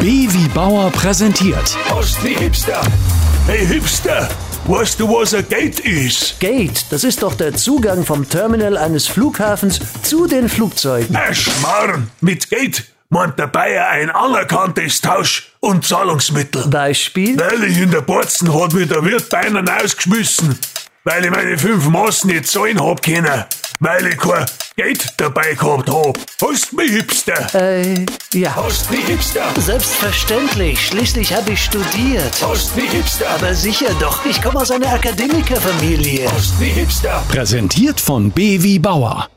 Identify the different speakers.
Speaker 1: Baby Bauer präsentiert
Speaker 2: Was, die Hipster? Hey Hipster, weißt du, was ein Gate ist?
Speaker 3: Gate, das ist doch der Zugang vom Terminal eines Flughafens zu den Flugzeugen.
Speaker 2: Ein Schmarrn. Mit Gate meint der Bayer ein anerkanntes Tausch- und Zahlungsmittel.
Speaker 3: Beispiel?
Speaker 2: Neulich in der Borzen hat mir der Wirt einen ausgeschmissen, weil ich meine fünf Massen nicht zahlen hab können, weil ich kein Geld dabei gehabt hab. Hast du mich, Hipster?
Speaker 3: Äh, ja.
Speaker 2: Hast du mich, Hipster?
Speaker 3: Selbstverständlich, schließlich habe ich studiert.
Speaker 2: Hast du mich, Hipster?
Speaker 3: Aber sicher doch, ich komme aus einer Akademikerfamilie.
Speaker 2: Hast du mich, Hipster?
Speaker 1: präsentiert von BW Bauer